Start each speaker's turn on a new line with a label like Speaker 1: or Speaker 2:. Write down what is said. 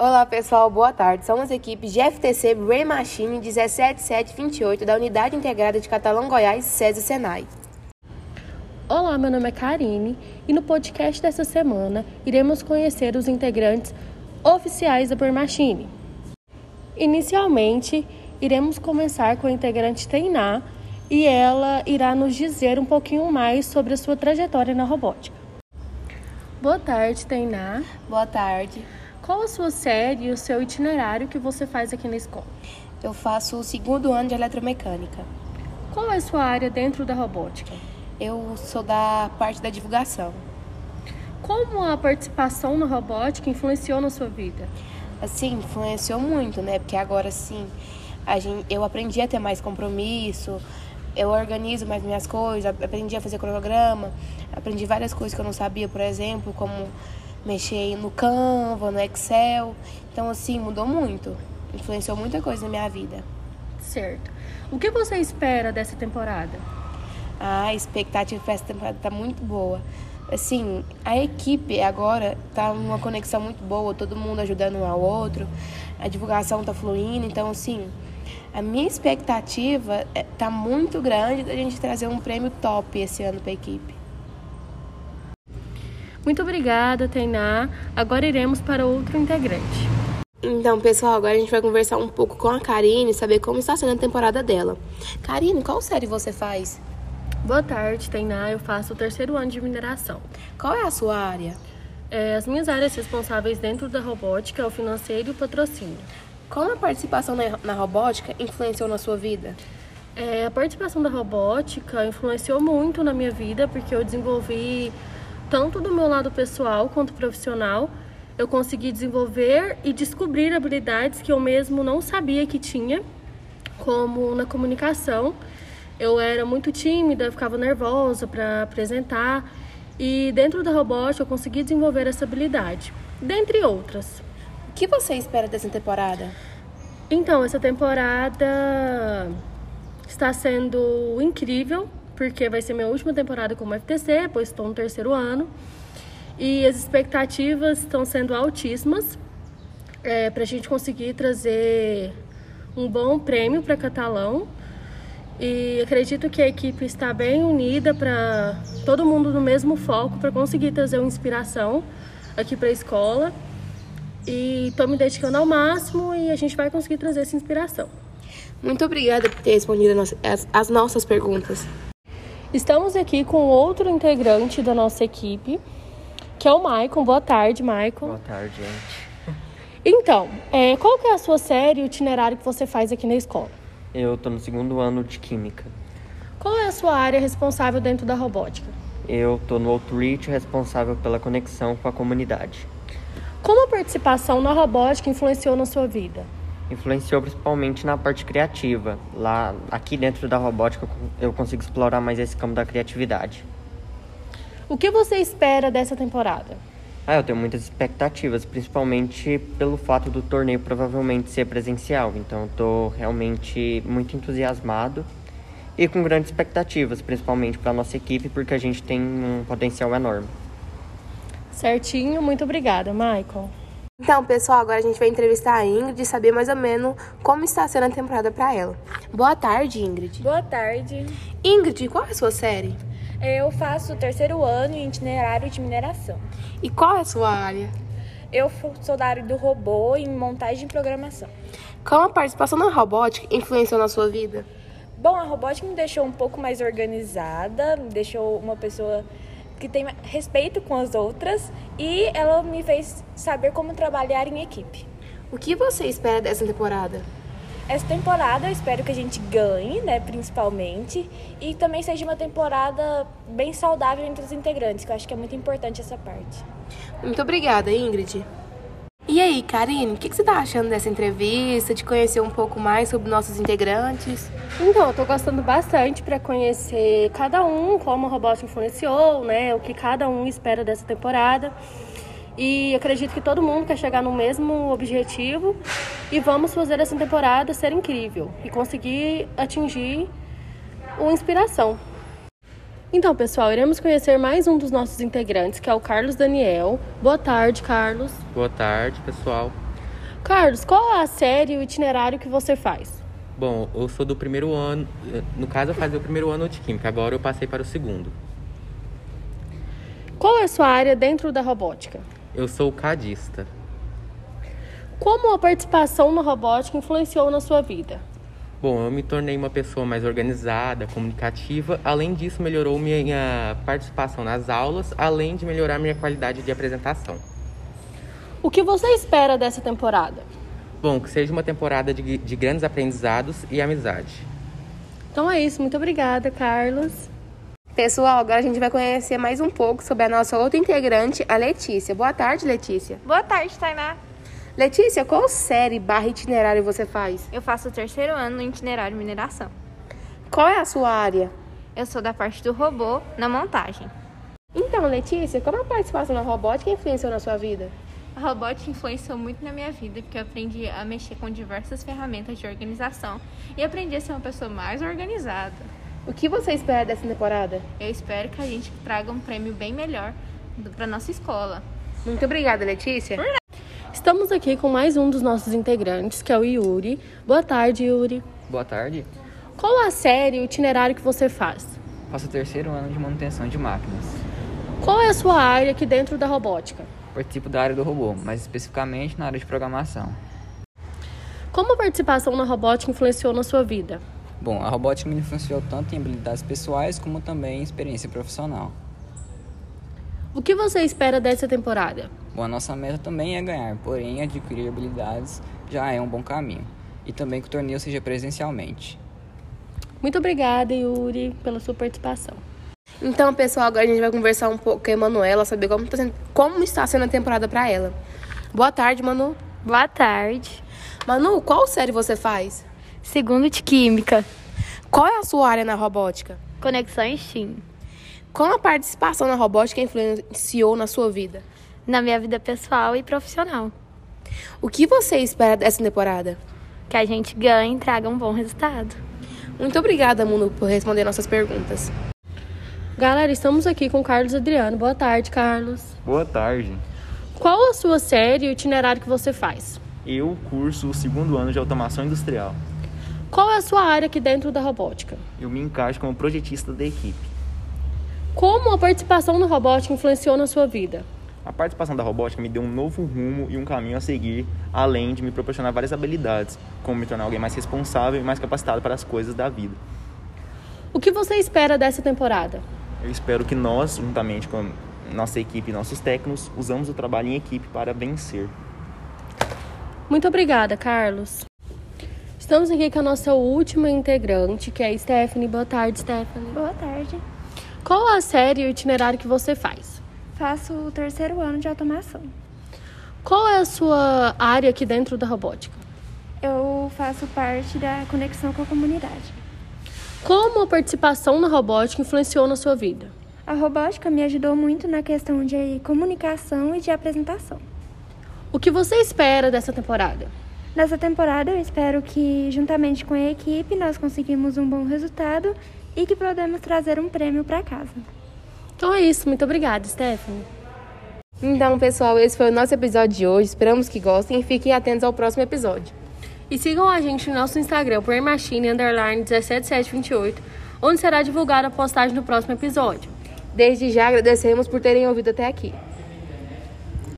Speaker 1: Olá pessoal, boa tarde. Somos a equipe GFTC Brain Machine 17728 da Unidade Integrada de Catalão Goiás, SESI Senai.
Speaker 2: Olá, meu nome é Karine e no podcast dessa semana iremos conhecer os integrantes oficiais da Brain Machine. Inicialmente, iremos começar com a integrante Tainá e ela irá nos dizer um pouquinho mais sobre a sua trajetória na robótica. Boa tarde, Tainá.
Speaker 3: Boa tarde.
Speaker 2: Qual a sua série e o seu itinerário que você faz aqui na escola?
Speaker 3: Eu faço o segundo ano de eletromecânica.
Speaker 2: Qual é a sua área dentro da robótica?
Speaker 3: Eu sou da parte da divulgação.
Speaker 2: Como a participação na robótica influenciou na sua vida?
Speaker 3: Assim, influenciou muito, né? Porque agora sim, a gente, eu aprendi a ter mais compromisso, eu organizo mais minhas coisas, aprendi a fazer cronograma, aprendi várias coisas que eu não sabia, por exemplo, como mexer no Canva, no Excel. Então, assim, mudou muito. Influenciou muita coisa na minha vida.
Speaker 2: Certo. O que você espera dessa temporada?
Speaker 3: A expectativa para essa temporada está muito boa. Assim, a equipe agora tá numa conexão muito boa, todo mundo ajudando um ao outro, a divulgação tá fluindo, então assim, a minha expectativa tá muito grande da gente trazer um prêmio top esse ano para a equipe.
Speaker 2: Muito obrigada, Tainá. Agora iremos para outro integrante.
Speaker 1: Então, pessoal, agora a gente vai conversar um pouco com a Karine e saber como está sendo a temporada dela. Karine, qual série você faz?
Speaker 2: Boa tarde, Tainá. Eu faço o terceiro ano de mineração.
Speaker 1: Qual é a sua área?
Speaker 2: É, as minhas áreas responsáveis dentro da robótica é o financeiro e o patrocínio.
Speaker 1: Como a participação na, na robótica influenciou na sua vida?
Speaker 2: É, a participação da robótica influenciou muito na minha vida, porque eu desenvolvi tanto do meu lado pessoal quanto profissional, eu consegui desenvolver e descobrir habilidades que eu mesmo não sabia que tinha, como na comunicação. Eu era muito tímida, ficava nervosa para apresentar, e dentro da robótica eu consegui desenvolver essa habilidade, dentre outras.
Speaker 1: O que você espera dessa temporada?
Speaker 2: Então, essa temporada está sendo incrível, porque vai ser minha última temporada como FTC, pois estou no terceiro ano. E as expectativas estão sendo altíssimas é, para a gente conseguir trazer um bom prêmio para Catalão. E acredito que a equipe está bem unida para todo mundo no mesmo foco para conseguir trazer uma inspiração aqui para a escola. E estou me dedicando ao máximo e a gente vai conseguir trazer essa inspiração.
Speaker 1: Muito obrigada por ter respondido as nossas perguntas.
Speaker 2: Estamos aqui com outro integrante da nossa equipe, que é o Maicon. Boa tarde, Maicon.
Speaker 4: Boa tarde, gente.
Speaker 2: Então, é, qual que é a sua série e o itinerário que você faz aqui na escola?
Speaker 4: Eu estou no segundo ano de Química.
Speaker 2: Qual é a sua área responsável dentro da robótica?
Speaker 4: Eu estou no Outreach, responsável pela conexão com a comunidade.
Speaker 2: Como a participação na robótica influenciou na sua vida?
Speaker 4: influenciou principalmente na parte criativa. Lá, aqui dentro da robótica, eu consigo explorar mais esse campo da criatividade.
Speaker 2: O que você espera dessa temporada?
Speaker 4: Ah, eu tenho muitas expectativas, principalmente pelo fato do torneio provavelmente ser presencial. Então, estou realmente muito entusiasmado e com grandes expectativas, principalmente para nossa equipe, porque a gente tem um potencial enorme.
Speaker 2: Certinho, muito obrigada, Michael.
Speaker 1: Então, pessoal, agora a gente vai entrevistar a Ingrid e saber mais ou menos como está sendo a temporada para ela. Boa tarde, Ingrid.
Speaker 5: Boa tarde.
Speaker 1: Ingrid, qual é a sua série?
Speaker 5: Eu faço o terceiro ano em itinerário de mineração.
Speaker 1: E qual é a sua área?
Speaker 5: Eu sou da área do robô em montagem e programação.
Speaker 1: Como a participação na robótica influenciou na sua vida?
Speaker 5: Bom, a robótica me deixou um pouco mais organizada, me deixou uma pessoa que tem respeito com as outras e ela me fez saber como trabalhar em equipe.
Speaker 1: O que você espera dessa temporada?
Speaker 5: Essa temporada eu espero que a gente ganhe, né, principalmente, e também seja uma temporada bem saudável entre os integrantes, que eu acho que é muito importante essa parte.
Speaker 1: Muito obrigada, Ingrid. E aí, Karine, o que, você está achando dessa entrevista, de conhecer um pouco mais sobre nossos integrantes?
Speaker 2: Então, eu estou gostando bastante para conhecer cada um, como o robótica influenciou, né, o que cada um espera dessa temporada. E acredito que todo mundo quer chegar no mesmo objetivo e vamos fazer essa temporada ser incrível e conseguir atingir uma inspiração. Então, pessoal, iremos conhecer mais um dos nossos integrantes, que é o Carlos Daniel. Boa tarde, Carlos.
Speaker 6: Boa tarde, pessoal.
Speaker 2: Carlos, qual a série e o itinerário que você faz?
Speaker 6: Bom, eu sou do primeiro ano. eh, No caso, eu fazia o primeiro ano de Química, agora eu passei para o segundo.
Speaker 2: Qual é a sua área dentro da robótica?
Speaker 6: Eu sou cadista.
Speaker 2: Como a participação na robótica influenciou na sua vida?
Speaker 6: Bom, eu me tornei uma pessoa mais organizada, comunicativa. Além disso, melhorou minha participação nas aulas, além de melhorar minha qualidade de apresentação.
Speaker 2: O que você espera dessa temporada?
Speaker 6: Bom, que seja uma temporada de, de grandes aprendizados e amizade.
Speaker 2: Então é isso, muito obrigada, Carlos.
Speaker 1: Pessoal, agora a gente vai conhecer mais um pouco sobre a nossa outra integrante, a Letícia. Boa tarde, Letícia.
Speaker 7: Boa tarde, Tainá.
Speaker 1: Letícia, qual série barra itinerário você faz?
Speaker 7: Eu faço o terceiro ano no itinerário mineração.
Speaker 1: Qual é a sua área?
Speaker 7: Eu sou da parte do robô na montagem.
Speaker 1: Então, Letícia, como a participação na robótica influenciou na sua vida?
Speaker 7: A robótica influenciou muito na minha vida porque eu aprendi a mexer com diversas ferramentas de organização e aprendi a ser uma pessoa mais organizada.
Speaker 1: O que você espera dessa temporada?
Speaker 7: Eu espero que a gente traga um prêmio bem melhor para nossa escola.
Speaker 1: Muito obrigada, Letícia.
Speaker 2: Estamos aqui com mais um dos nossos integrantes, que é o Yuri. Boa tarde, Yuri.
Speaker 8: Boa tarde.
Speaker 2: Qual a série e o itinerário que você faz?
Speaker 8: Faço o terceiro ano de manutenção de máquinas.
Speaker 2: Qual é a sua área aqui dentro da robótica?
Speaker 8: Participo da área do robô, mas especificamente na área de programação.
Speaker 2: Como a participação na robótica influenciou na sua vida?
Speaker 8: Bom, a robótica me influenciou tanto em habilidades pessoais como também em experiência profissional.
Speaker 2: O que você espera dessa temporada?
Speaker 8: Bom, a nossa meta também é ganhar, porém adquirir habilidades já é um bom caminho. E também que o torneio seja presencialmente.
Speaker 2: Muito obrigada, Yuri, pela sua participação.
Speaker 1: Então, pessoal, agora a gente vai conversar um pouco com a Emanuela, saber como, tá sendo- como está sendo a temporada para ela. Boa tarde, Manu.
Speaker 9: Boa tarde.
Speaker 1: Manu, qual série você faz?
Speaker 9: Segundo de Química,
Speaker 1: Qual é a sua área na robótica?
Speaker 9: Conexões Steam.
Speaker 1: Como a participação na robótica influenciou na sua vida?
Speaker 9: Na minha vida pessoal e profissional.
Speaker 1: O que você espera dessa temporada?
Speaker 9: Que a gente ganhe e traga um bom resultado.
Speaker 1: Muito obrigada, Manu, por responder nossas perguntas.
Speaker 2: Galera, estamos aqui com o Carlos Adriano. Boa tarde, Carlos.
Speaker 10: Boa tarde.
Speaker 2: Qual a sua série e o itinerário que você faz?
Speaker 10: Eu curso o segundo ano de automação industrial.
Speaker 2: Qual é a sua área aqui dentro da robótica?
Speaker 10: Eu me encaixo como projetista da equipe.
Speaker 2: Como a participação na robótica influenciou na sua vida?
Speaker 10: A participação da robótica me deu um novo rumo e um caminho a seguir, além de me proporcionar várias habilidades, como me tornar alguém mais responsável e mais capacitado para as coisas da vida.
Speaker 2: O que você espera dessa temporada?
Speaker 10: Eu espero que nós, juntamente com a nossa equipe e nossos técnicos, usamos o trabalho em equipe para vencer.
Speaker 2: Muito obrigada, Carlos. Estamos aqui com a nossa última integrante, que é a Stephanie. Boa tarde, Stephanie.
Speaker 11: Boa tarde.
Speaker 2: Qual a série e o itinerário que você faz?
Speaker 11: Faço o terceiro ano de automação.
Speaker 2: Qual é a sua área aqui dentro da robótica?
Speaker 11: Eu faço parte da conexão com a comunidade.
Speaker 2: Como a participação na robótica influenciou na sua vida?
Speaker 11: A robótica me ajudou muito na questão de comunicação e de apresentação.
Speaker 2: O que você espera dessa temporada?
Speaker 11: Nessa temporada, eu espero que, juntamente com a equipe, nós conseguimos um bom resultado e que podemos trazer um prêmio para casa.
Speaker 2: Então é isso, muito obrigada, Stephanie.
Speaker 1: Então, pessoal, esse foi o nosso episódio de hoje. Esperamos que gostem e fiquem atentos ao próximo episódio.
Speaker 2: E sigam a gente no nosso Instagram, por Machine underline 17728, onde será divulgada a postagem do próximo episódio.
Speaker 1: Desde já agradecemos por terem ouvido até aqui.